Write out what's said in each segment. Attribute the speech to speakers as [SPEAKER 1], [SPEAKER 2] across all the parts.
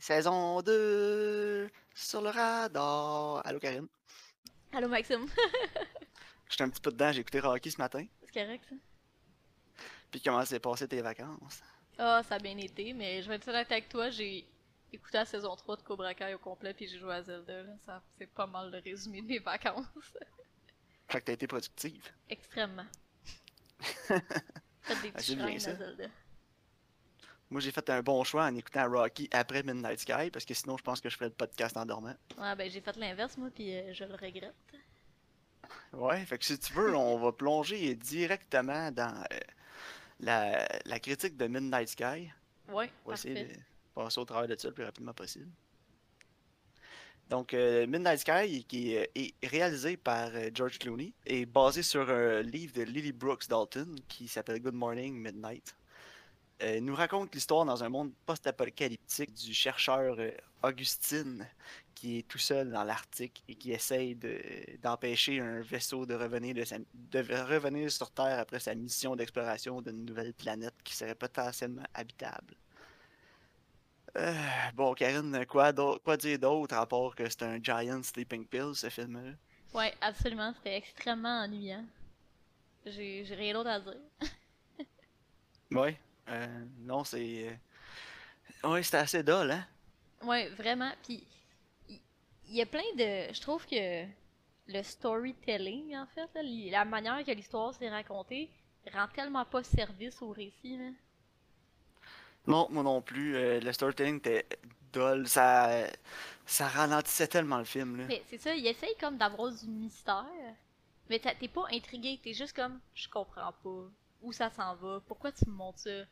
[SPEAKER 1] Saison 2 sur le radar. Allô Karine?
[SPEAKER 2] Allô Maxime,
[SPEAKER 1] J'étais un petit peu dedans, j'ai écouté Rocky ce matin.
[SPEAKER 2] c'est correct ça?
[SPEAKER 1] Puis comment s'est passé tes vacances?
[SPEAKER 2] Ah, ça a bien été, mais je vais être honnête avec toi, j'ai écouté la saison 3 de Cobra Kai au complet, puis j'ai joué à Zelda, là. Ça, c'est pas mal le résumé de mes vacances.
[SPEAKER 1] Fait que t'as été productive.
[SPEAKER 2] Extrêmement. Faites des
[SPEAKER 1] Ah,
[SPEAKER 2] petits
[SPEAKER 1] c'est bien,
[SPEAKER 2] shrines à
[SPEAKER 1] ça.
[SPEAKER 2] Zelda.
[SPEAKER 1] Moi j'ai fait un bon choix en écoutant Rocky après Midnight Sky parce que sinon je pense que je ferais le podcast en dormant.
[SPEAKER 2] Ouais, ben j'ai fait l'inverse moi, puis euh, je le regrette.
[SPEAKER 1] Ouais, fait que si tu veux, on va plonger directement dans euh, la, la critique de Midnight Sky.
[SPEAKER 2] Ouais,
[SPEAKER 1] On va essayer
[SPEAKER 2] parfait.
[SPEAKER 1] de passer au travers de ça le plus rapidement possible. Donc, euh, Midnight Sky, qui euh, est réalisé par euh, George Clooney, est basé sur un livre de Lily Brooks Dalton qui s'appelle Good Morning Midnight. Euh, il nous raconte l'histoire dans un monde post-apocalyptique du chercheur euh, Augustine qui est tout seul dans l'Arctique et qui essaye de- d'empêcher un vaisseau de revenir, de, sa- de revenir sur Terre après sa mission d'exploration d'une nouvelle planète qui serait potentiellement habitable. Euh, bon, Karine, quoi, d'au- quoi dire d'autre à part que c'est un giant sleeping pill, ce film-là?
[SPEAKER 2] Ouais, absolument, c'était extrêmement ennuyant. J'ai j'ai rien d'autre à dire.
[SPEAKER 1] Ouais. Euh, non, c'est... euh, Ouais, c'était assez dole, hein?
[SPEAKER 2] Ouais, vraiment. Puis, il il y a plein de. Je trouve que le storytelling, en fait, là, li- la manière que l'histoire s'est racontée, rend tellement pas service au récit. là.
[SPEAKER 1] Non, moi non plus. euh, le storytelling était dole. Ça, ça ralentissait tellement le film, là.
[SPEAKER 2] Mais c'est ça, il essaye comme d'avoir du mystère, mais t'as- t'es pas intrigué, t'es juste comme, je comprends pas où ça s'en va, pourquoi tu me montres ça.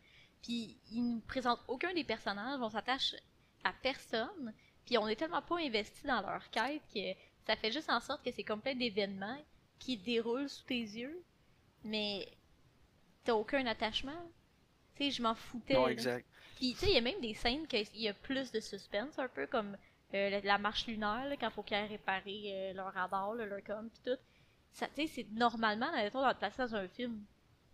[SPEAKER 2] Puis, il nous présente aucun des personnages, on s'attache à personne, puis on est tellement pas investi dans leur quête que ça fait juste en sorte que c'est comme plein d'événements qui déroulent sous tes yeux, mais t'as aucun attachement. Tu sais, je m'en foutais.
[SPEAKER 1] non,
[SPEAKER 2] là.
[SPEAKER 1] exact.
[SPEAKER 2] Puis, tu sais, il y a même des scènes qu'il y a plus de suspense, un peu comme euh, la, la marche lunaire, là, quand faut qu'elle réparer euh, leur radar, là, leur com, puis tout. Ça, tu sais, c'est normalement, admettons, dans le passage d'un film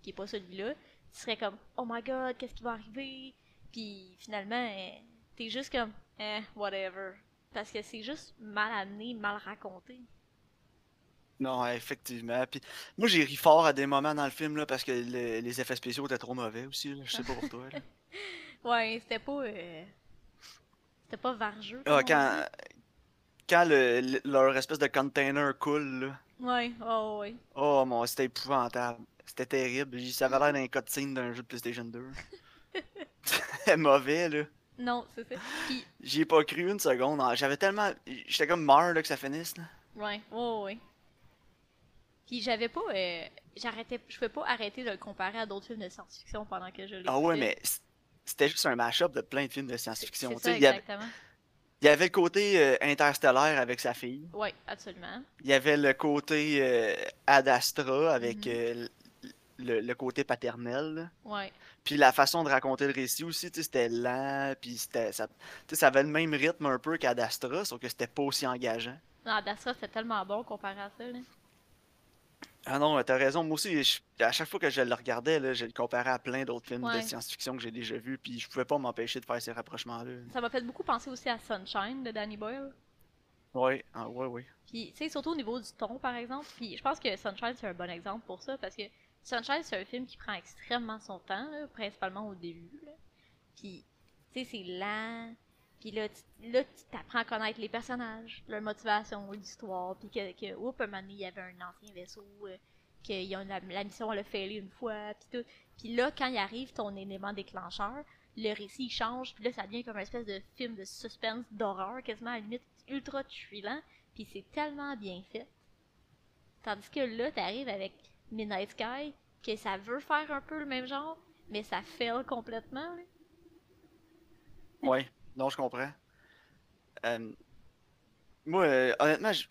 [SPEAKER 2] qui est pas celui-là, tu serais comme, oh my god, qu'est-ce qui va arriver? Puis, finalement, euh, t'es juste comme, eh, whatever. Parce que c'est juste mal amené, mal raconté.
[SPEAKER 1] Non, ouais, effectivement. Puis, moi, j'ai ri fort à des moments dans le film, là, parce que le- les effets spéciaux étaient trop mauvais aussi, là. Je sais pas pour toi, là.
[SPEAKER 2] Ouais, c'était pas. euh, c'était pas vargeux.
[SPEAKER 1] Ah,
[SPEAKER 2] comme on
[SPEAKER 1] quand... Quand le- le- leur espèce de container coule, là.
[SPEAKER 2] dit. Ouais, oh, ouais.
[SPEAKER 1] Oh mon, c'était épouvantable. C'était terrible. J- Ça avait l'air d'un cutscene d'un jeu de PlayStation 2. C'était mauvais, là.
[SPEAKER 2] Non, c'est ça. Puis,
[SPEAKER 1] J'y ai pas cru une seconde. Ah, J'avais tellement. J'étais comme mort là, que ça finisse, là.
[SPEAKER 2] Ouais, ouais, ouais. Puis j'avais pas. euh, j'arrêtais, je pouvais pas arrêter de le comparer à d'autres films de science-fiction pendant que je l'écoutais.
[SPEAKER 1] Ah ouais, mais c- c'était juste un mash-up de plein de films de
[SPEAKER 2] C'est
[SPEAKER 1] science-fiction.
[SPEAKER 2] c'est
[SPEAKER 1] Tu sais,
[SPEAKER 2] ça,
[SPEAKER 1] Il y avait,
[SPEAKER 2] exactement.
[SPEAKER 1] il y avait le côté euh, interstellaire avec sa fille.
[SPEAKER 2] Ouais, absolument.
[SPEAKER 1] Il y avait le côté euh, Ad Astra avec
[SPEAKER 2] Mhm.
[SPEAKER 1] euh, l- le, le côté paternel. là.
[SPEAKER 2] Ouais,
[SPEAKER 1] Puis la façon de raconter le récit aussi, tu sais, c'était lent, puis c'était, ça, tu sais, ça avait le même rythme un peu qu'Ad Astra, sauf que c'était pas aussi engageant.
[SPEAKER 2] non, Dastra c'était tellement bon comparé à ça, là.
[SPEAKER 1] Ah non, t'as raison, moi aussi, je- à chaque fois que je le regardais, là, je le comparais à plein d'autres films de
[SPEAKER 2] Ouais.
[SPEAKER 1] science-fiction que j'ai déjà vus, puis je pouvais pas m'empêcher de faire ces rapprochements-là.
[SPEAKER 2] Ça m'a fait beaucoup penser aussi à Sunshine de Danny Boyle.
[SPEAKER 1] Ouais, ah, ouais, ouais.
[SPEAKER 2] Puis, tu sais, surtout au niveau du ton, par exemple. Puis, je pense que Sunshine, c'est un bon exemple pour ça, parce que Sunshine, c'est un film qui prend extrêmement son temps, là, principalement au début. là. Puis, tu sais, c'est lent. Puis là, tu là, tu t'apprends à connaître les personnages, leur motivation, l'histoire. Puis que, que oups, un moment donné, il y avait un ancien vaisseau, euh, qu'ils ont la, la mission, on l'a failli une fois, puis tout. Puis là, quand il arrive ton élément déclencheur, le récit il change, puis là, ça devient comme une espèce de film de suspense, d'horreur, quasiment à la limite ultra tuilant puis c'est tellement bien fait. Tandis que là, t'arrives avec Midnight Sky, que ça veut faire un peu le même genre, mais ça fail complètement. là.
[SPEAKER 1] Ouais, non, je comprends. Euh, moi, euh, honnêtement, j-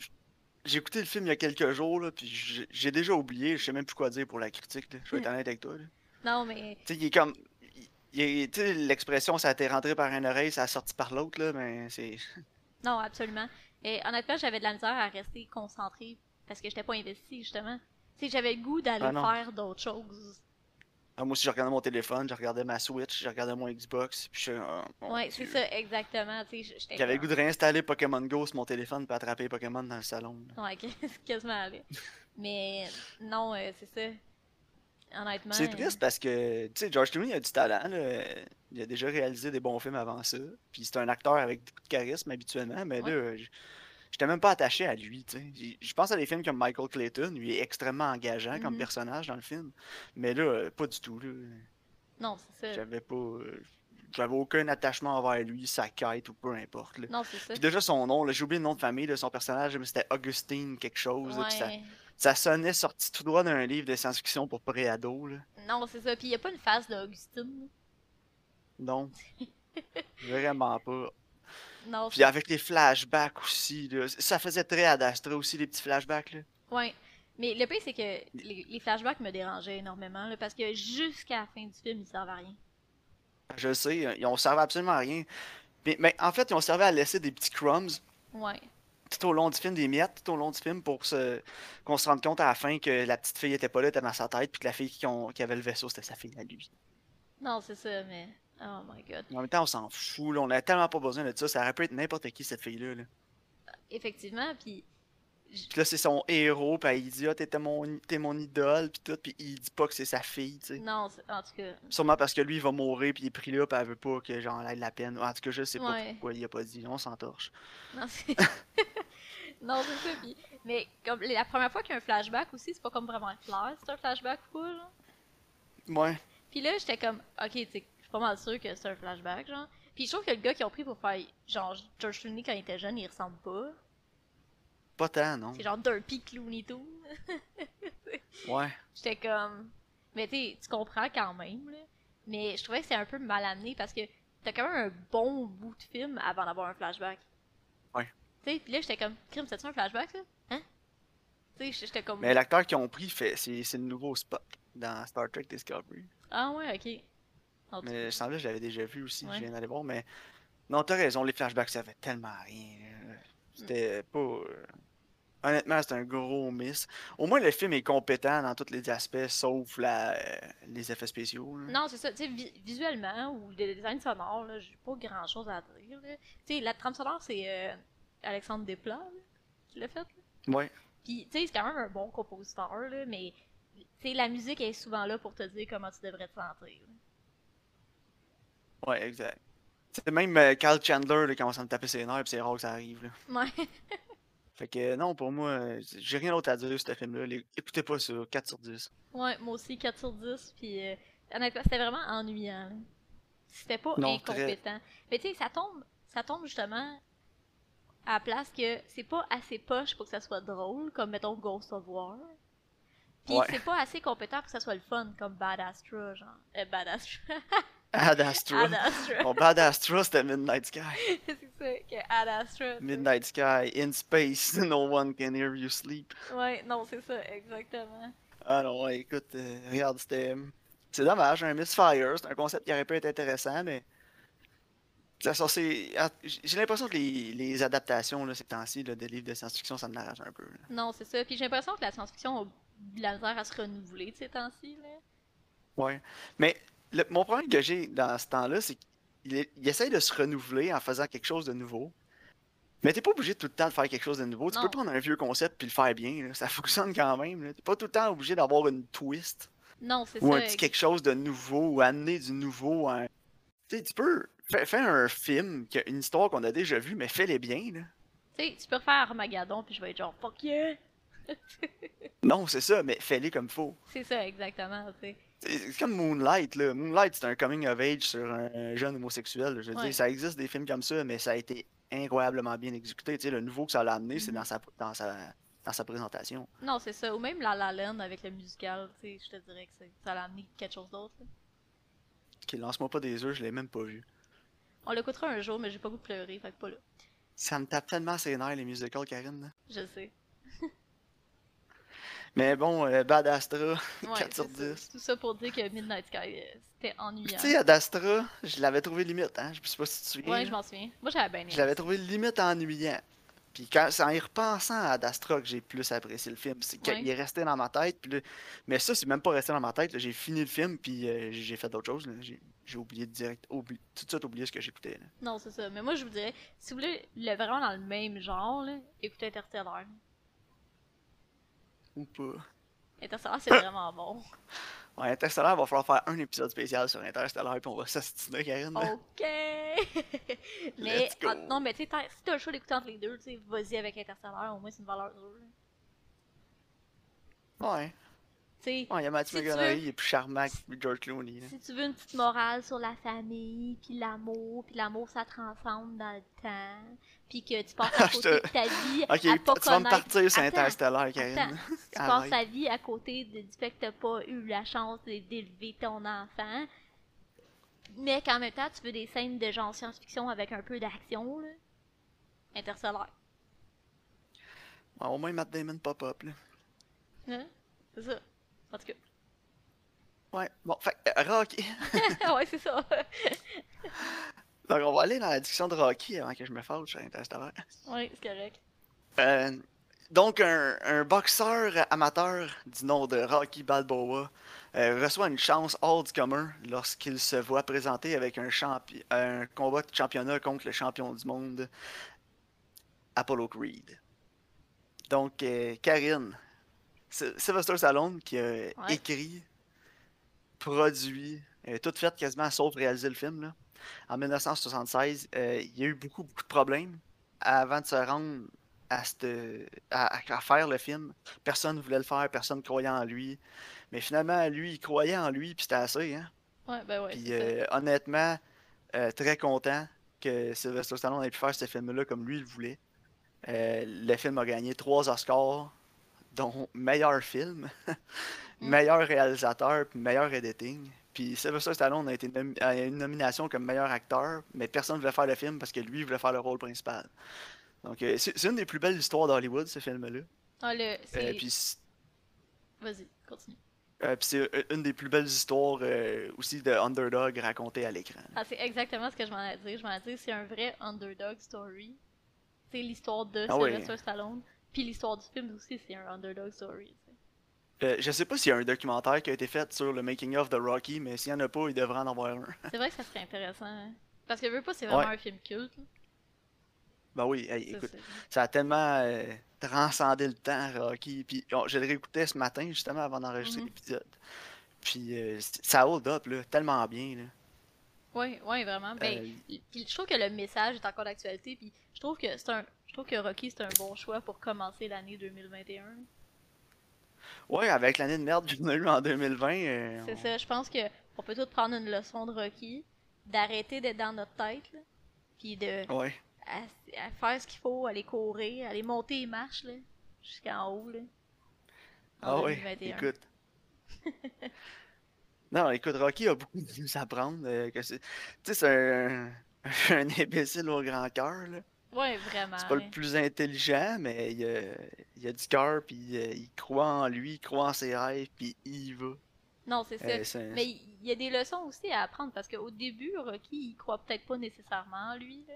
[SPEAKER 1] j'ai écouté le film il y a quelques jours, là, puis j'ai j'ai déjà oublié, je sais même plus quoi dire pour la critique, là. je vais être honnête avec toi. là.
[SPEAKER 2] Non, mais
[SPEAKER 1] Tu sais, il est comme. il- il est- Tu sais, l'expression, ça a été rentré par une oreille, ça a sorti par l'autre, là, mais c'est.
[SPEAKER 2] non, absolument. Et honnêtement, j'avais de la misère à rester concentrée parce que j'étais pas investie, justement. Tu sais, j'avais le goût d'aller
[SPEAKER 1] Ah non.
[SPEAKER 2] faire d'autres choses.
[SPEAKER 1] Ah, moi aussi, je regardais mon téléphone, je regardais ma Switch, je regardais mon Xbox, puis je. oh, mon
[SPEAKER 2] ouais, c'est
[SPEAKER 1] Dieu.
[SPEAKER 2] ça, exactement. Tu sais, j'étais.
[SPEAKER 1] J'avais le goût
[SPEAKER 2] comme-
[SPEAKER 1] de réinstaller Pokémon Go sur mon téléphone pour attraper les Pokémon dans le salon. là.
[SPEAKER 2] Ouais, c'est quasiment allé. Mais non, euh, c'est ça. Honnêtement.
[SPEAKER 1] C'est
[SPEAKER 2] euh,
[SPEAKER 1] triste parce que, tu sais, George Clooney a du talent, là. il a déjà réalisé des bons films avant ça, puis c'est un acteur avec beaucoup de charisme habituellement, mais
[SPEAKER 2] Ouais.
[SPEAKER 1] là, j- j'étais même pas attaché à lui, tu sais. J- Je pense à des films comme Michael Clayton, lui est extrêmement engageant comme
[SPEAKER 2] Mhm.
[SPEAKER 1] personnage dans le film, mais là, euh, pas du tout, là.
[SPEAKER 2] Non, c'est ça.
[SPEAKER 1] J'avais pas... euh, J'avais aucun attachement envers lui, sa quête ou peu importe, là.
[SPEAKER 2] Non, c'est ça.
[SPEAKER 1] Puis déjà son nom, là, j'ai oublié le nom de famille de son personnage, mais c'était Augustine quelque chose, là, puis ça,
[SPEAKER 2] Ouais.
[SPEAKER 1] ça sonnait sorti tout droit d'un livre de science-fiction pour préado, là.
[SPEAKER 2] Non, c'est ça. Puis il a pas une face d'Augustine.
[SPEAKER 1] Non. Vraiment pas.
[SPEAKER 2] Non,
[SPEAKER 1] Puis avec les flashbacks aussi, là, ça faisait très Ad Astra aussi, les petits flashbacks. Là.
[SPEAKER 2] Ouais. Mais le pire, c'est que les, les flashbacks me dérangeaient énormément, là, parce que jusqu'à la fin du film, ils servent à rien.
[SPEAKER 1] Je sais, euh, ils ont servi absolument à rien. Mais, mais en fait, ils ont servi à laisser des petits crumbs
[SPEAKER 2] Ouais.
[SPEAKER 1] tout au long du film, des miettes tout au long du film pour se... qu'on se rende compte à la fin que la petite fille était pas là, était dans sa tête, puis que la fille qui, ont- qui avait le vaisseau, c'était sa fille à lui.
[SPEAKER 2] Non, c'est ça, mais. Oh my god.
[SPEAKER 1] Mais en même temps, on s'en fout, là, on a tellement pas besoin de ça, ça aurait pu être n'importe qui cette fille-là. là.
[SPEAKER 2] Effectivement, puis.
[SPEAKER 1] Puis là, c'est son héros, puis il dit Ah, t'étais mon... t'es mon idole, puis tout, puis il dit pas que c'est sa fille, tu sais.
[SPEAKER 2] Non, c'est- en tout cas.
[SPEAKER 1] Sûrement parce que lui, il va mourir, puis il est pris là, puis elle veut pas que j'en aille la peine. En tout cas, je sais pas
[SPEAKER 2] Ouais.
[SPEAKER 1] pourquoi il a pas dit, on s'entorche.
[SPEAKER 2] Non, c'est. non, c'est ça, puis. Mais comme la première fois qu'il y a un flashback aussi, c'est pas comme vraiment clair, c'est un flashback ou pas, genre.
[SPEAKER 1] Ouais.
[SPEAKER 2] Puis là, j'étais comme, ok, tu sais, je suis pas mal sûre que c'est un flashback, genre. Puis je trouve que le gars qu'ils ont pris pour faire, genre, George Clooney quand il était jeune, il ressemble pas.
[SPEAKER 1] Pas tant, non.
[SPEAKER 2] C'est genre Derpy Clooney tout.
[SPEAKER 1] Ouais.
[SPEAKER 2] J'étais comme. Mais tu sais, tu comprends quand même, là. Mais je trouvais que c'est un peu mal amené parce que t'as quand même un bon bout de film avant d'avoir un flashback.
[SPEAKER 1] Ouais.
[SPEAKER 2] Tu sais, puis là, j'étais comme, crime, c'est-tu un flashback, ça? Hein? Tu sais, j'étais comme.
[SPEAKER 1] Mais l'acteur qu'ils ont pris, fait, c'est, c'est le nouveau Spock dans Star Trek Discovery.
[SPEAKER 2] Ah ouais, ok. En tout
[SPEAKER 1] Mais je
[SPEAKER 2] cas.
[SPEAKER 1] semblait que je l'avais déjà vu aussi,
[SPEAKER 2] Ouais.
[SPEAKER 1] je viens d'aller voir, mais. Non, t'as raison, les flashbacks, ça fait tellement rien. là. C'était pas. euh, Honnêtement, c'est un gros miss. Au moins, le film est compétent dans tous les aspects, sauf la... euh, les effets spéciaux. là.
[SPEAKER 2] Non, c'est ça, tu sais, vi- visuellement ou le design sonore, là, j'ai pas grand-chose à dire, là. Tu sais, la trame sonore, c'est euh, Alexandre Desplat, là, qui l'a fait, là.
[SPEAKER 1] Ouais.
[SPEAKER 2] Puis, tu sais, c'est quand même un bon compositeur, là, mais, tu sais, la musique est souvent là pour te dire comment tu devrais te sentir.
[SPEAKER 1] Ouais, exact. C'est même euh, Carl Chandler là, commence à me taper ses nerfs, pis c'est rare que ça arrive. Là.
[SPEAKER 2] là. Ouais.
[SPEAKER 1] Fait que euh, non, pour moi, euh, j'ai rien d'autre à dire sur ce film-là. Les- Écoutez pas ça, 4 sur 10.
[SPEAKER 2] ouais, moi aussi, 4 sur 10, puis, euh, honnêtement, c'était vraiment ennuyant, là. C'était pas
[SPEAKER 1] Non, très.
[SPEAKER 2] incompétent. Mais, tu sais, ça tombe, ça tombe justement à la place que c'est pas assez poche pour que ça soit drôle, comme, mettons, Ghost of War. Puis,
[SPEAKER 1] Ouais.
[SPEAKER 2] c'est pas assez compétent pour que ça soit le fun, comme Bad Astra, genre. Euh, Bad Astra.
[SPEAKER 1] Ad Astra.
[SPEAKER 2] Ad Astra.
[SPEAKER 1] Bon, Bad Astra, c'était Midnight Sky.
[SPEAKER 2] c'est ça, que Ad Astra. tu sais.
[SPEAKER 1] Midnight Sky, in space, no one can hear you sleep.
[SPEAKER 2] Ouais, non, c'est ça, exactement.
[SPEAKER 1] Ah non, ouais, écoute, euh, regarde, c'était. C'est dommage, un Misfire, c'est un concept qui aurait pu être intéressant, mais. Ça, ça, c'est- ah, j- J'ai l'impression que les, les adaptations, là, ces temps-ci, là, des livres de science-fiction, ça me l'arrache un peu. là.
[SPEAKER 2] Non, c'est ça. Puis j'ai l'impression que la science-fiction a de la misère à se renouveler de ces temps-ci, là.
[SPEAKER 1] Ouais. Mais le- mon problème que j'ai dans ce temps-là, c'est qu'il est- il essaye de se renouveler en faisant quelque chose de nouveau. Mais t'es pas obligé tout le temps de faire quelque chose de nouveau. Tu peux
[SPEAKER 2] Non.
[SPEAKER 1] prendre un vieux concept puis le faire bien. là. Ça fonctionne quand même. là. T'es pas tout le temps obligé d'avoir une twist
[SPEAKER 2] Non, c'est
[SPEAKER 1] ou
[SPEAKER 2] ça.
[SPEAKER 1] un petit quelque chose de nouveau ou amener du nouveau. à un- Tu sais, tu peux fa- faire un film, qui a une histoire qu'on a déjà vue, mais fais-les bien. là.
[SPEAKER 2] Tu sais, tu peux faire Armageddon, puis je vais être genre « Fuck yeah!
[SPEAKER 1] Non, c'est ça, mais fais-les comme faut. »
[SPEAKER 2] C'est ça, exactement, tu sais.
[SPEAKER 1] C'est c'est comme Moonlight, là. Moonlight, c'est un coming of age sur un jeune homosexuel. là. Je veux
[SPEAKER 2] Ouais.
[SPEAKER 1] dire, ça existe des films comme ça, mais ça a été incroyablement bien exécuté. Tu sais, le nouveau que ça l'a amené, c'est
[SPEAKER 2] Mhm.
[SPEAKER 1] dans sa, dans, sa, dans sa présentation.
[SPEAKER 2] Non, c'est ça. Ou même La La Land avec le musical, tu sais, je te dirais que c'est- ça l'a amené quelque chose d'autre, là.
[SPEAKER 1] Qui lance-moi pas des yeux, je l'ai même pas vu.
[SPEAKER 2] On l'écoutera un jour, mais j'ai pas goût de pleurer, fait que pas là.
[SPEAKER 1] Ça me tape tellement ses nerfs, les musicals, Karine. là.
[SPEAKER 2] Je sais.
[SPEAKER 1] Mais bon, euh, Bad Astra,
[SPEAKER 2] Ouais,
[SPEAKER 1] 4 sur
[SPEAKER 2] c'est ça.
[SPEAKER 1] 10.
[SPEAKER 2] Tout ça pour dire que Midnight Sky, euh, c'était
[SPEAKER 1] Puis
[SPEAKER 2] ennuyant.
[SPEAKER 1] tu sais, Ad Astra, je l'avais trouvé limite, hein. Je sais pas si tu te souviens.
[SPEAKER 2] Ouais,
[SPEAKER 1] là.
[SPEAKER 2] je m'en souviens. Moi, j'avais bien aimé.
[SPEAKER 1] Je l'avais trouvé limite ennuyant. Puis quand, c'est en y repensant à Dastra que j'ai plus apprécié le film. C'est qu'il
[SPEAKER 2] Ouais.
[SPEAKER 1] est resté dans ma tête. Puis là- mais ça, c'est même pas resté dans ma tête. là. J'ai fini le film, puis euh, j'ai fait d'autres choses. là. J'ai, j'ai oublié de direct, oubli- tout de suite oublié ce que j'écoutais. là.
[SPEAKER 2] Non, c'est ça. Mais moi, je vous dirais, si vous voulez le vraiment dans le même genre, là, écoutez Interstellar.
[SPEAKER 1] Ou pas.
[SPEAKER 2] Interstellar, c'est vraiment bon.
[SPEAKER 1] Ouais, Interstellar, va falloir faire un épisode spécial sur Interstellar, puis on va s'astiner, Karine. là.
[SPEAKER 2] OK! mais,
[SPEAKER 1] Let's go.
[SPEAKER 2] en- non, mais tu sais, t'as- si t'as le choix d'écouter entre les deux, tu sais, vas-y avec Interstellar, au moins c'est une valeur sûre. là.
[SPEAKER 1] Ouais.
[SPEAKER 2] Tu sais,
[SPEAKER 1] Ouais, il y a Matthew
[SPEAKER 2] Si tu
[SPEAKER 1] McConaughey,
[SPEAKER 2] veux-
[SPEAKER 1] il est plus charmant que George Clooney. là.
[SPEAKER 2] si tu veux une petite morale sur la famille, puis l'amour, puis l'amour, ça transcende dans le temps, puis que tu passes à
[SPEAKER 1] Je
[SPEAKER 2] côté de
[SPEAKER 1] te-
[SPEAKER 2] ta vie
[SPEAKER 1] Ok,
[SPEAKER 2] à pas
[SPEAKER 1] tu vas me Ah,
[SPEAKER 2] connaître
[SPEAKER 1] partir sur
[SPEAKER 2] Attends,
[SPEAKER 1] Interstellar,
[SPEAKER 2] Attends,
[SPEAKER 1] Karine.
[SPEAKER 2] tu passes
[SPEAKER 1] Arrête.
[SPEAKER 2] ta vie à côté de- du fait que t'as pas eu la chance de- d'élever ton enfant, mais qu'en même temps, tu veux des scènes de genre science-fiction avec un peu d'action, là. Interstellaire.
[SPEAKER 1] Ouais, au moins, Matt Damon pop-up. là.
[SPEAKER 2] Hein? C'est ça. En tout
[SPEAKER 1] Ouais, bon, fait que, euh, Rocky.
[SPEAKER 2] cas. Ah ouais, c'est ça.
[SPEAKER 1] Donc, Ben, on va aller dans la discussion de Rocky avant que je me fâche hein, sur Interstellar.
[SPEAKER 2] ouais, c'est correct.
[SPEAKER 1] Euh, donc, un, un boxeur amateur du nom de Rocky Balboa euh, reçoit une chance hors du commun lorsqu'il se voit présenter avec un, champi- un combat de championnat contre le champion du monde, Apollo Creed. Donc, euh, Karine, Sy- Sylvester Stallone qui a écrit, produit, euh, tout fait quasiment sauf réaliser le film, là. en 1976, euh, il y a eu beaucoup, beaucoup de problèmes avant de se rendre à, cette- à- à- à faire le film. Personne ne voulait le faire, personne ne croyait en lui. Mais finalement, lui, il croyait en lui, puis c'était assez. Hein?
[SPEAKER 2] Ouais, ben ouais.
[SPEAKER 1] puis
[SPEAKER 2] c'est ça.
[SPEAKER 1] euh, honnêtement, euh, très content que Sylvester Stallone ait pu faire ce film-là comme lui il voulait. Euh, le film a gagné trois Oscars, dont meilleur film,
[SPEAKER 2] Mm.
[SPEAKER 1] meilleur réalisateur, puis meilleur editing. Puis Sylvester Stallone a été nomi- à une nomination comme meilleur acteur, mais personne ne voulait faire le film parce que lui voulait faire le rôle principal. Donc euh, c'est c'est une des plus belles histoires d'Hollywood, ce film-là.
[SPEAKER 2] Ah, le.
[SPEAKER 1] Euh,
[SPEAKER 2] c'est-
[SPEAKER 1] puis c'est-
[SPEAKER 2] Vas-y, continue.
[SPEAKER 1] euh, puis c'est une des plus belles histoires euh, aussi de underdog racontées à l'écran.
[SPEAKER 2] Ah, c'est exactement ce que je m'en ai dire. Je m'en ai dire, c'est un vrai underdog story. C'est l'histoire de
[SPEAKER 1] Ah oui.
[SPEAKER 2] Sylvester Stallone. Puis l'histoire du film aussi, c'est un underdog story. tu sais.
[SPEAKER 1] Euh, je sais pas s'il y a un documentaire qui a été fait sur le making of de Rocky, mais s'il y en a pas, il devrait en avoir un.
[SPEAKER 2] C'est vrai que ça serait intéressant. hein. Parce que, veux pas, c'est vraiment
[SPEAKER 1] Ouais.
[SPEAKER 2] un film culte. là.
[SPEAKER 1] ben oui, hey,
[SPEAKER 2] Ça,
[SPEAKER 1] écoute,
[SPEAKER 2] c'est-
[SPEAKER 1] ça a tellement euh, transcendé le temps, Rocky. Puis on- je le réécoutais ce matin, justement, avant d'enregistrer
[SPEAKER 2] Mhm.
[SPEAKER 1] l'épisode. Puis euh, c- ça hold up, là, tellement bien. Là.
[SPEAKER 2] Ouais, ouais, vraiment. Ben,
[SPEAKER 1] Euh,
[SPEAKER 2] l- puis je trouve que le message est encore d'actualité. Puis je trouve que c'est un, je trouve que Rocky c'est un bon choix pour commencer l'année 2021.
[SPEAKER 1] Ouais, avec l'année de merde qu'on a eu en 2020. euh,
[SPEAKER 2] C'est
[SPEAKER 1] on-
[SPEAKER 2] ça. Je pense que on peut tous prendre une leçon de Rocky, d'arrêter d'être dans notre tête, là, puis de
[SPEAKER 1] Ouais.
[SPEAKER 2] à, à faire ce qu'il faut, aller courir, aller monter les marches là, jusqu'en haut là.
[SPEAKER 1] Ah
[SPEAKER 2] en
[SPEAKER 1] oui,
[SPEAKER 2] 2021.
[SPEAKER 1] écoute. non, écoute, Rocky a beaucoup de nous apprendre. euh, que c'est... Tu sais, c'est un... un imbécile au grand cœur, là.
[SPEAKER 2] Ouais, vraiment.
[SPEAKER 1] C'est pas
[SPEAKER 2] hein.
[SPEAKER 1] le plus intelligent, mais il a, il a du cœur, puis euh, il croit en lui, il croit en ses rêves, puis il y va.
[SPEAKER 2] Non, c'est ça.
[SPEAKER 1] Euh, c'est-
[SPEAKER 2] Mais il y a des leçons aussi à apprendre parce qu'au début, Rocky, il croit peut-être pas nécessairement en lui. là.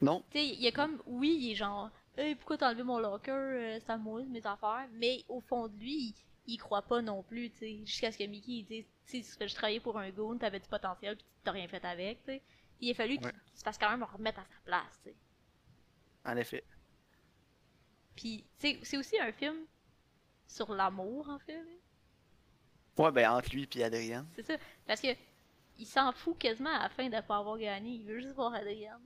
[SPEAKER 1] Non,
[SPEAKER 2] Tu sais, il y a comme, oui, il est genre, hey, pourquoi t'as enlevé mon locker, euh, c'est à moi, mes affaires. Mais au fond de lui, il, il croit pas non plus, tu sais. Jusqu'à ce que Mickey, il dise, tu sais, tu fais juste travailler pour un goon, t'avais du potentiel, pis t'as rien fait avec, tu sais. Il a fallu qu'il
[SPEAKER 1] Ouais.
[SPEAKER 2] qu'il se fasse quand même remettre à sa place, tu sais.
[SPEAKER 1] en effet.
[SPEAKER 2] Puis, tu sais, c'est aussi un film sur l'amour, en fait. là.
[SPEAKER 1] Ouais, ben entre lui puis Adrienne.
[SPEAKER 2] C'est ça. Parce que il s'en fout quasiment à la fin de pas avoir gagné. Il veut juste voir Adrienne.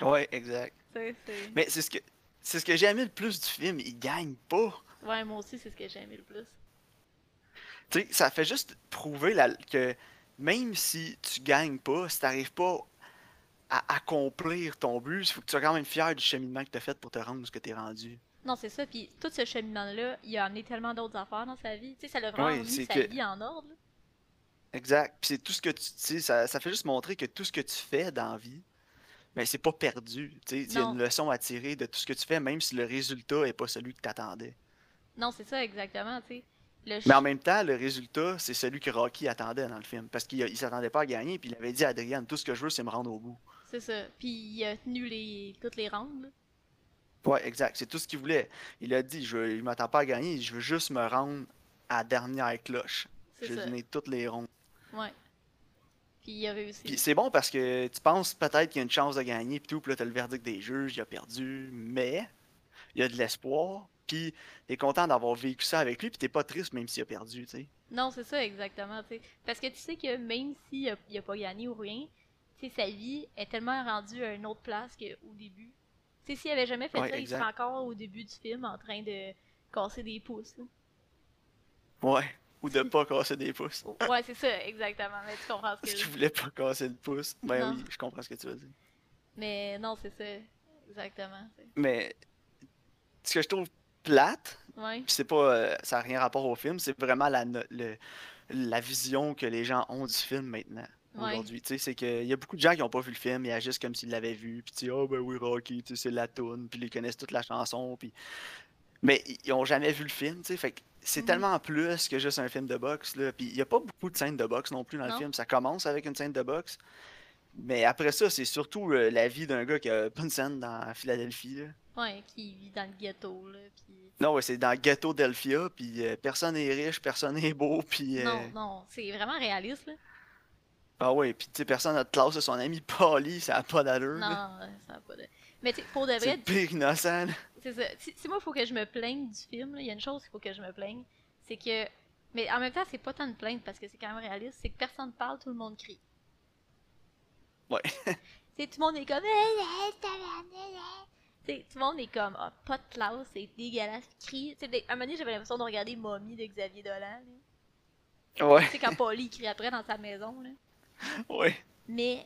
[SPEAKER 1] Ouais, exact.
[SPEAKER 2] C'est, c'est...
[SPEAKER 1] Mais c'est ce que c'est ce que j'ai aimé le plus du film, il gagne pas.
[SPEAKER 2] Ouais, moi aussi, c'est ce que j'ai aimé le plus.
[SPEAKER 1] Tu sais, ça fait juste prouver la- que même si tu gagnes pas, si t'arrives pas à accomplir ton but, il faut que tu sois quand même fier du cheminement que t'as fait pour te rendre où ce que t'es rendu.
[SPEAKER 2] Non, c'est ça. Puis tout ce cheminement-là, il a amené tellement d'autres affaires dans sa vie. Tu sais, ça l'a vraiment
[SPEAKER 1] Ouais,
[SPEAKER 2] mis
[SPEAKER 1] c'est
[SPEAKER 2] sa
[SPEAKER 1] que-
[SPEAKER 2] vie en ordre. là.
[SPEAKER 1] Exact. Puis c'est tout ce que tu tu sais, ça, ça fait juste montrer que tout ce que tu fais dans la vie, mais c'est pas perdu. Tu sais, il y a
[SPEAKER 2] Non.
[SPEAKER 1] une leçon à tirer de tout ce que tu fais, même si le résultat est pas celui que tu attendais.
[SPEAKER 2] Non, c'est ça, exactement. Tu sais, le
[SPEAKER 1] Mais en même temps, le résultat, c'est celui que Rocky attendait dans le film. Parce qu'il a- il s'attendait pas à gagner, puis il avait dit à Adrienne, tout ce que je veux, c'est me rendre au bout.
[SPEAKER 2] C'est ça. Puis il a tenu les... toutes les rangs. là.
[SPEAKER 1] Ouais, exact. C'est tout ce qu'il voulait. Il a dit, je ne m'attends pas à gagner, je veux juste me rendre à la dernière cloche.
[SPEAKER 2] C'est
[SPEAKER 1] Je vais
[SPEAKER 2] ça.
[SPEAKER 1] donner toutes les rondes.
[SPEAKER 2] Ouais. Puis il a
[SPEAKER 1] Puis
[SPEAKER 2] réussi.
[SPEAKER 1] c'est bon parce que tu penses peut-être qu'il y a une chance de gagner, puis tout, puis là, t'as le verdict des juges, il a perdu, mais il y a de l'espoir, puis t'es content d'avoir vécu ça avec lui, puis t'es pas triste même s'il a perdu, tu sais.
[SPEAKER 2] Non, c'est ça, exactement. tu sais. Parce que tu sais que même s'il a, il a pas gagné ou rien, tu sais, sa vie est tellement rendue à une autre place qu'au début. Tu sais, s'il avait jamais fait
[SPEAKER 1] Ouais,
[SPEAKER 2] ça, il
[SPEAKER 1] exact.
[SPEAKER 2] serait encore au début du film en train de casser des pouces. là.
[SPEAKER 1] Ouais. Ou de pas casser des pouces.
[SPEAKER 2] Ouais, c'est ça, exactement. Mais tu comprends ce que
[SPEAKER 1] Parce
[SPEAKER 2] je
[SPEAKER 1] qu'il
[SPEAKER 2] veux
[SPEAKER 1] voulait pas casser le pouce. Ben
[SPEAKER 2] Non.
[SPEAKER 1] oui, je comprends ce que tu veux dire.
[SPEAKER 2] Mais non, c'est ça. Exactement. tu sais.
[SPEAKER 1] Mais ce que je trouve plate,
[SPEAKER 2] Ouais.
[SPEAKER 1] puis c'est pas. euh, ça n'a rien rapport au film, c'est vraiment la, no- le- la vision que les gens ont du film maintenant.
[SPEAKER 2] Ouais.
[SPEAKER 1] Aujourd'hui, tu sais, c'est qu'il y a beaucoup de gens qui n'ont pas vu le film, ils agissent comme s'ils l'avaient vu, puis tu sais, oh ben oui, Rocky, tu sais, c'est la toune, puis ils connaissent toute la chanson, puis. Mais i- ils ont jamais vu le film, tu sais, fait que c'est
[SPEAKER 2] Mhm.
[SPEAKER 1] tellement plus que juste un film de boxe, là, puis il n'y a pas beaucoup de scènes de boxe non plus dans
[SPEAKER 2] Non.
[SPEAKER 1] le film, ça commence avec une scène de boxe, mais après ça, c'est surtout euh, la vie d'un gars qui a pas une scène dans Philadelphie, là.
[SPEAKER 2] Ouais, qui vit dans le ghetto, là. Puis...
[SPEAKER 1] Non, ouais, c'est dans le ghetto d'Elphia, puis euh, personne n'est riche, personne n'est beau, puis... euh,
[SPEAKER 2] Non, non, c'est vraiment réaliste, là.
[SPEAKER 1] Ah ouais, puis tu sais, personne n'a de classe, son ami Polly, ça n'a pas d'allure. là.
[SPEAKER 2] Non, euh, ça n'a pas de. Mais tu sais, pour de
[SPEAKER 1] C'est
[SPEAKER 2] vrai,
[SPEAKER 1] le pire innocent, là.
[SPEAKER 2] c'est ça. Si, si moi, il faut que je me plaigne du film, là, il y a une chose qu'il faut que je me plaigne, c'est que. Mais en même temps, c'est pas tant de plainte parce que c'est quand même réaliste, c'est que personne parle, tout le monde crie.
[SPEAKER 1] Ouais.
[SPEAKER 2] Tu sais, tout le monde est comme. Tu sais, tout le monde est comme, ah, pas de classe, c'est dégueulasse, crie. Tu sais, des- à un moment donné, j'avais l'impression de regarder Mommy de Xavier Dolan. là.
[SPEAKER 1] Ouais,
[SPEAKER 2] Tu sais, quand Polly crie après dans sa maison, là.
[SPEAKER 1] ouais.
[SPEAKER 2] Mais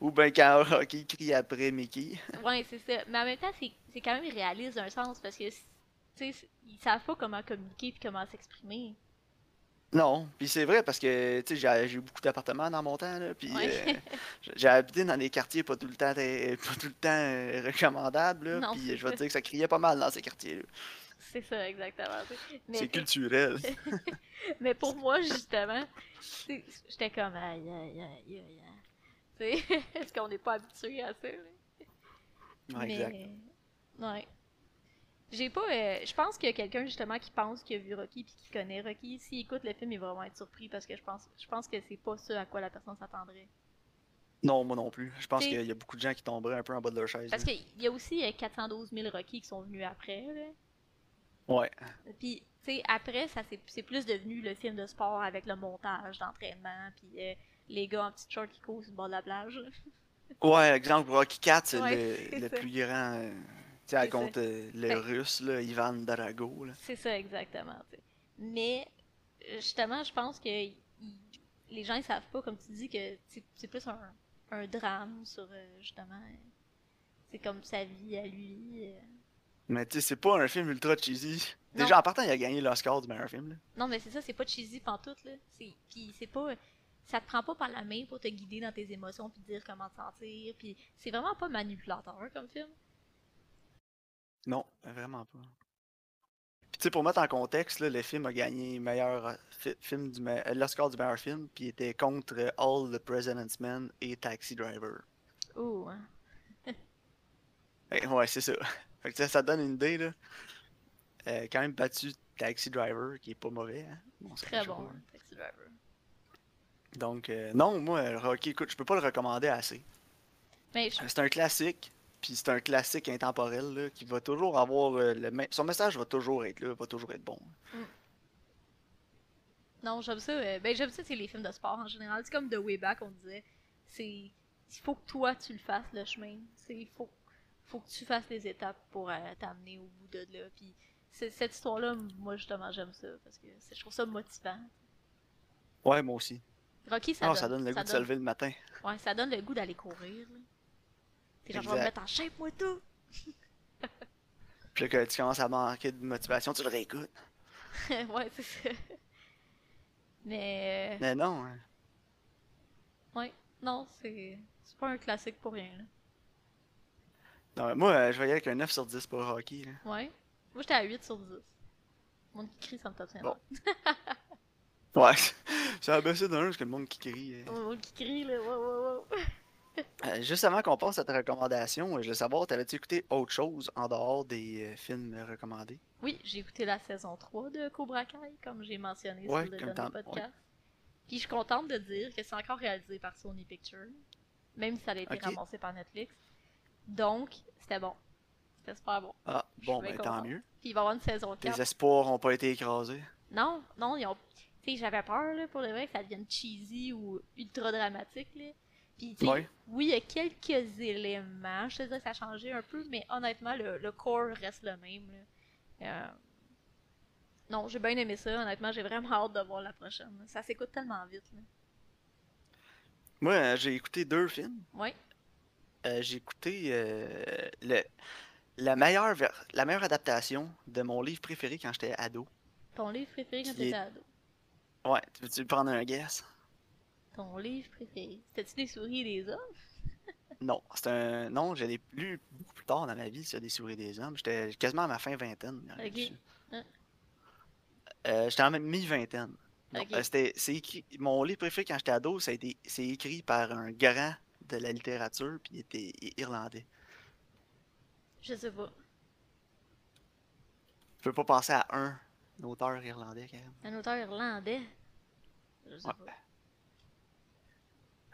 [SPEAKER 1] Ou ben quand Rocky crie après Mickey.
[SPEAKER 2] Ouais, c'est ça. Mais en même temps, c'est c'est quand même réaliste d'un sens parce que, tu sais, c'est- ils savent pas comment communiquer puis comment s'exprimer.
[SPEAKER 1] Non, puis c'est vrai parce que, tu sais, j'ai- j'ai eu beaucoup d'appartements dans mon temps, là, puis euh,
[SPEAKER 2] Ouais.
[SPEAKER 1] j'ai- j'ai habité dans des quartiers pas tout le temps, très- pas tout le temps euh, recommandables, là,
[SPEAKER 2] Non,
[SPEAKER 1] puis
[SPEAKER 2] c'est
[SPEAKER 1] je vais
[SPEAKER 2] ça.
[SPEAKER 1] te dire que ça criait pas mal dans ces quartiers-là.
[SPEAKER 2] c'est ça, exactement. tu sais.
[SPEAKER 1] C'est
[SPEAKER 2] Mais,
[SPEAKER 1] culturel.
[SPEAKER 2] mais pour moi, justement, tu sais, j'étais comme aïe, aïe, aïe, aïe, aïe. Tu sais, parce qu'on n'est pas habitué à ça. là.
[SPEAKER 1] Ouais, exact.
[SPEAKER 2] Mais, ouais. J'ai pas. euh, je pense qu'il y a quelqu'un justement qui pense qu'il a vu Rocky puis qui connaît Rocky. S'il écoute le film, il va vraiment être surpris parce que je pense, je pense que c'est pas ce à quoi la personne s'attendrait.
[SPEAKER 1] Non, moi non plus. Je pense
[SPEAKER 2] T'sais-
[SPEAKER 1] qu'il y a beaucoup de gens qui tomberaient un peu en bas de leur chaise.
[SPEAKER 2] Parce
[SPEAKER 1] là.
[SPEAKER 2] qu'il y a aussi euh, 412 000 Rocky qui sont venus après. là.
[SPEAKER 1] Ouais.
[SPEAKER 2] Puis, tu sais, après, ça s'est- c'est plus devenu le film de sport avec le montage d'entraînement, puis euh, les gars en petite short qui courent sur le bord de la plage.
[SPEAKER 1] Ouais, exemple, Rocky 4, c'est
[SPEAKER 2] Ouais, c'est
[SPEAKER 1] le, le
[SPEAKER 2] ça.
[SPEAKER 1] plus grand. euh, Tu sais, elle
[SPEAKER 2] C'est ça. Ben
[SPEAKER 1] compte euh, le
[SPEAKER 2] Fait-
[SPEAKER 1] russe, là, Ivan Drago. Là.
[SPEAKER 2] C'est ça, exactement. tu sais. Mais, euh, justement, je pense que y- y- les gens, ils savent pas, comme tu dis, que c'est c'est plus un, un drame sur, euh, justement, euh, c'est comme sa vie à lui. euh.
[SPEAKER 1] Mais tu sais, c'est pas un film ultra cheesy.
[SPEAKER 2] Non.
[SPEAKER 1] Déjà, en partant, il a gagné l'Oscar du meilleur film. Là.
[SPEAKER 2] Non, mais c'est ça, c'est pas cheesy pantoute, là. C'est, puis c'est pas... Ça te prend pas par la main pour te guider dans tes émotions puis te dire comment te sentir, puis c'est vraiment pas manipulateur comme film.
[SPEAKER 1] Non, Euh, vraiment pas. Puis tu sais, pour mettre en contexte, là, le film a gagné meilleur euh, fi- film du me- euh, l'Oscar du meilleur film, puis il était contre euh, All the President's Men et Taxi Driver.
[SPEAKER 2] Oh,
[SPEAKER 1] Fait que, Ben, ouais, c'est ça. Fait que, tu sais, ça te donne une idée, là. Euh, quand même battu Taxi Driver, qui est pas mauvais, hein. Bon, ça
[SPEAKER 2] très
[SPEAKER 1] marche
[SPEAKER 2] bon,
[SPEAKER 1] pas.
[SPEAKER 2] Taxi Driver.
[SPEAKER 1] Donc, euh, non, moi, euh, Rocky, écoute, je peux pas le recommander assez.
[SPEAKER 2] Mais je-
[SPEAKER 1] Euh, C'est un classique, puis c'est un classique intemporel, là, qui va toujours avoir euh, le même... Son message va toujours être là, va toujours être bon.
[SPEAKER 2] non, j'aime ça. euh, ben, j'aime ça, c'est les films de sport en général. C'est comme The Way Back, on disait. C'est... Il faut que toi, tu le fasses, le chemin. C'est, il faut, faut que tu fasses les étapes pour euh, t'amener au bout de là. Puis c'est- cette histoire-là, moi, justement, j'aime ça, parce que c'est- je trouve ça motivant.
[SPEAKER 1] Ouais, moi aussi.
[SPEAKER 2] Rocky, ça
[SPEAKER 1] Ah,
[SPEAKER 2] donne...
[SPEAKER 1] ça donne le goût de se lever le matin.
[SPEAKER 2] Ouais, ça donne le goût d'aller courir. là. T'es genre, je vais me
[SPEAKER 1] Exact.
[SPEAKER 2] mettre en shape, moi, tout.
[SPEAKER 1] Puis là, que tu commences à manquer de motivation, tu le réécoutes.
[SPEAKER 2] ouais, c'est ça. Mais,
[SPEAKER 1] Mais non, hein.
[SPEAKER 2] euh, ouais, non, c'est c'est pas un classique pour rien. Là.
[SPEAKER 1] Non, mais moi, euh, je vais y aller avec un 9 sur 10 pour Rocky, là.
[SPEAKER 2] Ouais. Moi, j'étais à 8 sur 10. Mon qui crie, ça me tape sur les
[SPEAKER 1] Bon.
[SPEAKER 2] nerfs.
[SPEAKER 1] Ouais, ça a baissé d'un, parce que le monde qui crie... euh,
[SPEAKER 2] Mon qui crie, là, wow, wow, wow.
[SPEAKER 1] Euh, juste avant qu'on passe à ta recommandation, euh, je veux savoir, t'avais-tu écouté autre chose en dehors des euh, films recommandés?
[SPEAKER 2] Oui, j'ai écouté la saison 3 de Cobra Kai, comme j'ai mentionné
[SPEAKER 1] Ouais,
[SPEAKER 2] sur le
[SPEAKER 1] comme
[SPEAKER 2] dernier
[SPEAKER 1] t'en-
[SPEAKER 2] podcast. Puis je suis contente de dire que c'est encore réalisé par Sony Pictures, même si ça a été
[SPEAKER 1] Ok.
[SPEAKER 2] ramassé par Netflix. Donc, c'était bon. C'était super bon.
[SPEAKER 1] Ah,
[SPEAKER 2] Je
[SPEAKER 1] bon,
[SPEAKER 2] suis
[SPEAKER 1] ben
[SPEAKER 2] bien
[SPEAKER 1] tant
[SPEAKER 2] contente.
[SPEAKER 1] mieux.
[SPEAKER 2] Puis il va y avoir une saison
[SPEAKER 1] Tes
[SPEAKER 2] 4.
[SPEAKER 1] espoirs n'ont pas été écrasés.
[SPEAKER 2] Non, non, ils ont. Tu sais, j'avais peur, là, pour le vrai, que ça devienne cheesy ou ultra dramatique, là. Puis, tu sais,
[SPEAKER 1] Ouais.
[SPEAKER 2] oui, il y a quelques éléments. Je te dirais que ça a changé un peu, mais honnêtement, le, le corps reste le même, là. Euh, Non, j'ai bien aimé ça. Honnêtement, j'ai vraiment hâte de voir la prochaine. là. Ça s'écoute tellement vite, là.
[SPEAKER 1] Moi, euh, j'ai écouté deux films.
[SPEAKER 2] Ouais.
[SPEAKER 1] Euh, j'ai écouté euh, le, la, meilleure ver- la meilleure adaptation de mon livre préféré quand j'étais ado.
[SPEAKER 2] Ton livre préféré quand
[SPEAKER 1] Qui est-
[SPEAKER 2] t'étais ado.
[SPEAKER 1] Ouais, tu veux-tu prendre un guess?
[SPEAKER 2] Ton livre préféré. C'était-tu des souris et des hommes?
[SPEAKER 1] Non, c'est un. Non, je l'ai lu beaucoup plus tard dans ma vie sur des souris et des hommes. J'étais quasiment à ma fin vingtaine. quand j'ai
[SPEAKER 2] Ok.
[SPEAKER 1] lu ça.
[SPEAKER 2] Hein.
[SPEAKER 1] Euh, j'étais en même mi-vingtaine. Non,
[SPEAKER 2] Ok.
[SPEAKER 1] euh, c'était, c'est écrit, mon livre préféré quand j'étais ado, ça a été, c'est écrit par un grand de la littérature, puis il était i- irlandais.
[SPEAKER 2] Je sais pas.
[SPEAKER 1] Je peux pas penser à un auteur irlandais, quand même.
[SPEAKER 2] Un auteur irlandais? Je sais
[SPEAKER 1] Ouais.
[SPEAKER 2] pas.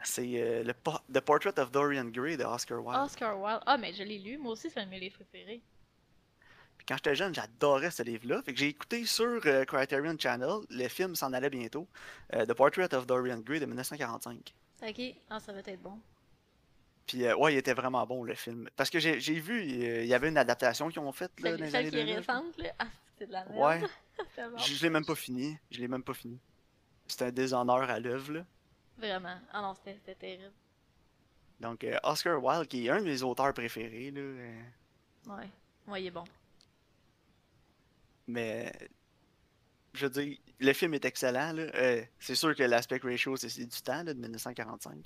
[SPEAKER 1] C'est euh, le por- The Portrait of Dorian Gray de Oscar Wilde.
[SPEAKER 2] Oscar Wilde. Ah, mais je l'ai lu. Moi aussi, c'est un de mes livres préférés.
[SPEAKER 1] Puis quand j'étais jeune, j'adorais ce livre-là. Fait que j'ai écouté sur euh, Criterion Channel, le film s'en allait bientôt, euh, The Portrait of Dorian Gray de 1945.
[SPEAKER 2] Ok, ah, ça va être bon.
[SPEAKER 1] Puis euh, ouais, il était vraiment bon le film. Parce que j'ai, j'ai vu, euh, il y avait une adaptation qu'ils ont faite là, dans
[SPEAKER 2] Celle,
[SPEAKER 1] les
[SPEAKER 2] celle
[SPEAKER 1] années
[SPEAKER 2] qui est
[SPEAKER 1] 2000, je crois.
[SPEAKER 2] récente, là. Ah, c'est de la merde.
[SPEAKER 1] Ouais.
[SPEAKER 2] C'est bon.
[SPEAKER 1] Je, je l'ai même pas fini. Je l'ai même pas fini. C'est un déshonneur à l'œuvre. là.
[SPEAKER 2] Vraiment. Ah non, c'était c'était terrible.
[SPEAKER 1] Donc euh, Oscar Wilde, qui est un de mes auteurs préférés, là, euh,
[SPEAKER 2] Ouais. Ouais, il est bon.
[SPEAKER 1] mais euh, je veux dire, le film est excellent. là. Euh, c'est sûr que l'aspect ratio, c'est c'est du temps là, de 1945.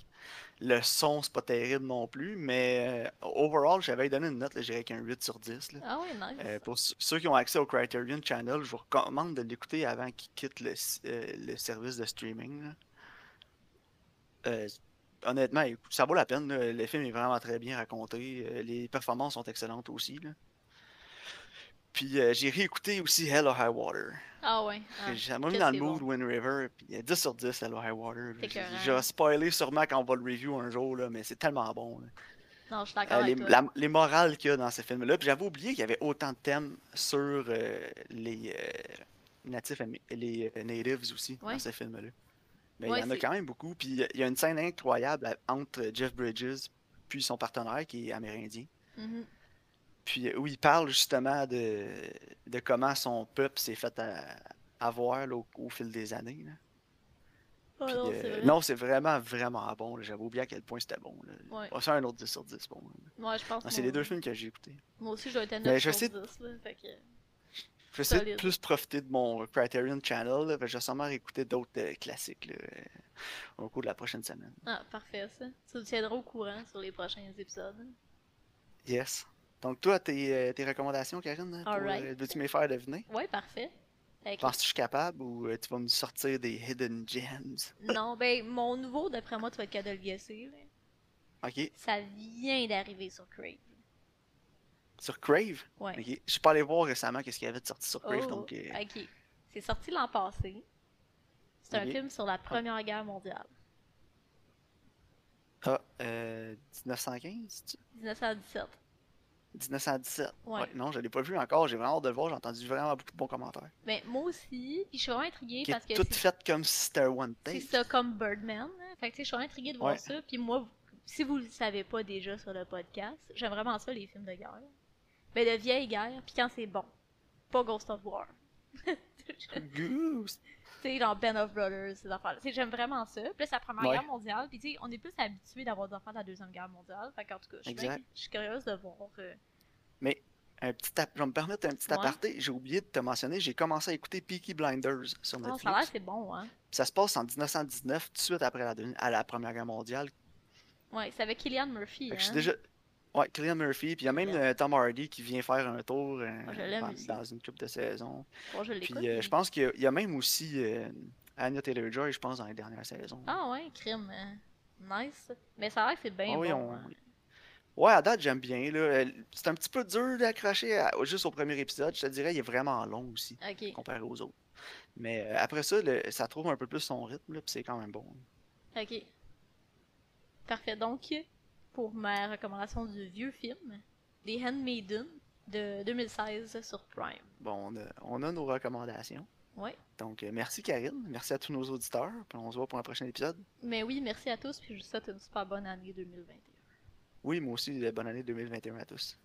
[SPEAKER 1] Le son, c'est pas terrible non plus, mais euh, overall, j'avais donné une note, là, j'irais qu'un 8 sur 10. là.
[SPEAKER 2] Ah ouais, nice.
[SPEAKER 1] Euh, pour ceux- ceux qui ont accès au Criterion Channel, je vous recommande de l'écouter avant qu'ils quittent le, s- euh, le service de streaming. là. Euh, honnêtement, écoute, ça vaut la peine. là. Le film est vraiment très bien raconté. Euh, les performances sont excellentes aussi. là. Puis euh, j'ai réécouté aussi Hell or High Water.
[SPEAKER 2] Ah ouais. ah.
[SPEAKER 1] ça m'a mis
[SPEAKER 2] que
[SPEAKER 1] dans le
[SPEAKER 2] c'est
[SPEAKER 1] mood Wind River. Puis euh, 10 sur 10 Hell or High Water. là.
[SPEAKER 2] C'est
[SPEAKER 1] J'ai-
[SPEAKER 2] écœurant.
[SPEAKER 1] J'ai spoilé sûrement quand on va le review un jour, là, mais c'est tellement bon. là.
[SPEAKER 2] Non, je suis
[SPEAKER 1] Euh,
[SPEAKER 2] d'accord
[SPEAKER 1] les,
[SPEAKER 2] avec toi.
[SPEAKER 1] la- les morales qu'il y a dans ce film-là. Puis j'avais oublié qu'il y avait autant de thèmes sur euh, les euh, natifs, amé- les euh, natives aussi
[SPEAKER 2] Ouais.
[SPEAKER 1] dans ce film-là. Mais
[SPEAKER 2] Ouais,
[SPEAKER 1] il y en a
[SPEAKER 2] c'est-
[SPEAKER 1] quand même beaucoup. Puis il y a- il y a une scène incroyable à- entre Jeff Bridges puis son partenaire qui est amérindien.
[SPEAKER 2] Mhm.
[SPEAKER 1] Puis euh, où il parle justement de, de comment son peuple s'est fait à- avoir là, au, au fil des années. là.
[SPEAKER 2] Ah
[SPEAKER 1] Puis,
[SPEAKER 2] non, c'est
[SPEAKER 1] euh,
[SPEAKER 2] vrai.
[SPEAKER 1] non, c'est vraiment, vraiment bon. là. J'avais oublié à quel point c'était bon. là.
[SPEAKER 2] Ouais.
[SPEAKER 1] Ah, Ça, un autre 10 sur 10. Bon. là.
[SPEAKER 2] Ouais, je pense.
[SPEAKER 1] Ah,
[SPEAKER 2] que
[SPEAKER 1] c'est
[SPEAKER 2] moi-
[SPEAKER 1] les deux films que j'ai écoutés.
[SPEAKER 2] Moi aussi, je dois être à
[SPEAKER 1] Mais
[SPEAKER 2] 9
[SPEAKER 1] je
[SPEAKER 2] sur
[SPEAKER 1] sais-
[SPEAKER 2] 10, là. Fait que.
[SPEAKER 1] Je vais essayer de
[SPEAKER 2] Solide.
[SPEAKER 1] plus profiter de mon Criterion Channel. Là, fait que je vais sûrement écouter d'autres euh, classiques là, euh, au cours de la prochaine semaine.
[SPEAKER 2] Ah, parfait, ça. Tu me tiendras au courant sur les prochains épisodes.
[SPEAKER 1] Yes. Donc, toi, tes, euh, tes recommandations, Karine, hein, pour,
[SPEAKER 2] Alright.
[SPEAKER 1] euh, veux-tu me les faire deviner?
[SPEAKER 2] Ouais, parfait. Fait que-
[SPEAKER 1] Penses-tu que je suis capable ou euh, tu vas me sortir des hidden gems?
[SPEAKER 2] Non, ben, mon nouveau, d'après moi, tu vas être capable de le guesser, là.
[SPEAKER 1] Ok.
[SPEAKER 2] Ça vient d'arriver sur Crave.
[SPEAKER 1] Sur Crave?
[SPEAKER 2] Ouais.
[SPEAKER 1] Ok. Je suis pas allé voir récemment qu'est-ce qu'il y avait de sorti sur Crave,
[SPEAKER 2] Oh,
[SPEAKER 1] donc. euh,
[SPEAKER 2] ok. C'est sorti l'an passé. C'est un
[SPEAKER 1] Ok.
[SPEAKER 2] film sur la Première Guerre mondiale.
[SPEAKER 1] Ah, euh, 1915? tu-
[SPEAKER 2] 1917.
[SPEAKER 1] 1917.
[SPEAKER 2] Ouais.
[SPEAKER 1] Non, je l'ai pas vu encore. J'ai vraiment hâte de le voir. J'ai entendu vraiment beaucoup de bons commentaires.
[SPEAKER 2] Mais Ben, moi aussi, puis je suis vraiment intriguée
[SPEAKER 1] Qui
[SPEAKER 2] parce
[SPEAKER 1] est
[SPEAKER 2] que
[SPEAKER 1] toute
[SPEAKER 2] c'est-
[SPEAKER 1] faite comme si c'était un one
[SPEAKER 2] c'est
[SPEAKER 1] take.
[SPEAKER 2] ça comme Birdman. là. Fait que tu sais, je suis vraiment intriguée de voir
[SPEAKER 1] Ouais.
[SPEAKER 2] ça. Puis moi, si vous le savez pas déjà sur le podcast, j'aime vraiment ça les films de guerre. Mais de vieilles guerres, puis quand c'est bon. Pas Ghost of War.
[SPEAKER 1] Goose.
[SPEAKER 2] tu sais, genre Band of Brothers, ces affaires-là. Tu sais, j'aime vraiment ça. Puis là, c'est la Première
[SPEAKER 1] Ouais.
[SPEAKER 2] Guerre mondiale. Puis tu sais, on est plus habitué d'avoir des enfants de la Deuxième Guerre mondiale. Fait qu'en tout cas, je suis
[SPEAKER 1] Exact.
[SPEAKER 2] bien- je suis curieuse de voir. euh,
[SPEAKER 1] un petit ap- Je vais me permettre un petit
[SPEAKER 2] Ouais.
[SPEAKER 1] aparté. J'ai oublié de te mentionner, j'ai commencé à écouter Peaky Blinders sur
[SPEAKER 2] Ah,
[SPEAKER 1] Netflix.
[SPEAKER 2] ça a l'air, c'est bon, hein.
[SPEAKER 1] ça se passe en 1919, tout de suite après la, deuxi- à la Première Guerre mondiale.
[SPEAKER 2] Ouais, c'est avec Killian Murphy.
[SPEAKER 1] Fait que je
[SPEAKER 2] hein.
[SPEAKER 1] suis déjà. Ouais, Cillian Murphy, puis il y a même
[SPEAKER 2] Killian.
[SPEAKER 1] euh, Tom Hardy qui vient faire un tour euh,
[SPEAKER 2] Ah, je l'aime
[SPEAKER 1] dans,
[SPEAKER 2] aussi.
[SPEAKER 1] dans une coupe de saison.
[SPEAKER 2] Bon, je
[SPEAKER 1] Puis
[SPEAKER 2] l'écoute.
[SPEAKER 1] euh,
[SPEAKER 2] mais-
[SPEAKER 1] je pense qu'il y a- il y, a même aussi euh, Anya Taylor-Joy, je pense, dans les dernières saisons.
[SPEAKER 2] Ah ouais, crime. hein. nice. Mais ça a l'air que c'est bien
[SPEAKER 1] Ah oui,
[SPEAKER 2] bon.
[SPEAKER 1] on-
[SPEAKER 2] hein.
[SPEAKER 1] Ouais, à date, j'aime bien. là. Euh, C'est un petit peu dur d'accrocher à- juste au premier épisode. Je te dirais, il est vraiment long aussi,
[SPEAKER 2] Ok,
[SPEAKER 1] comparé aux autres. Mais euh, après ça, le- ça trouve un peu plus son rythme, là, puis c'est quand même bon.
[SPEAKER 2] ok. Parfait. Donc, pour ma recommandation du vieux film, The Handmaiden de 2016 sur Prime.
[SPEAKER 1] Bon, on a, on a nos recommandations.
[SPEAKER 2] Ouais.
[SPEAKER 1] Donc, euh, merci Karine, merci à tous nos auditeurs, puis on se voit pour un prochain épisode.
[SPEAKER 2] Mais oui, merci à tous, puis je vous souhaite une super bonne année 2021.
[SPEAKER 1] Oui, moi aussi, euh, bonne année 2021 à tous.